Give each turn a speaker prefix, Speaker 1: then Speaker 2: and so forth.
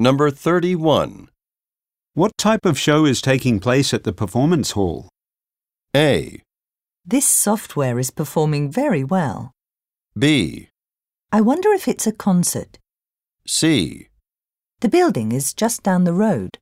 Speaker 1: Number 31.
Speaker 2: What type of show is taking place at the performance hall?
Speaker 1: A.
Speaker 3: This software is performing very well.
Speaker 1: B.
Speaker 3: I wonder if it's a concert.
Speaker 1: C.
Speaker 3: The building is just down the road.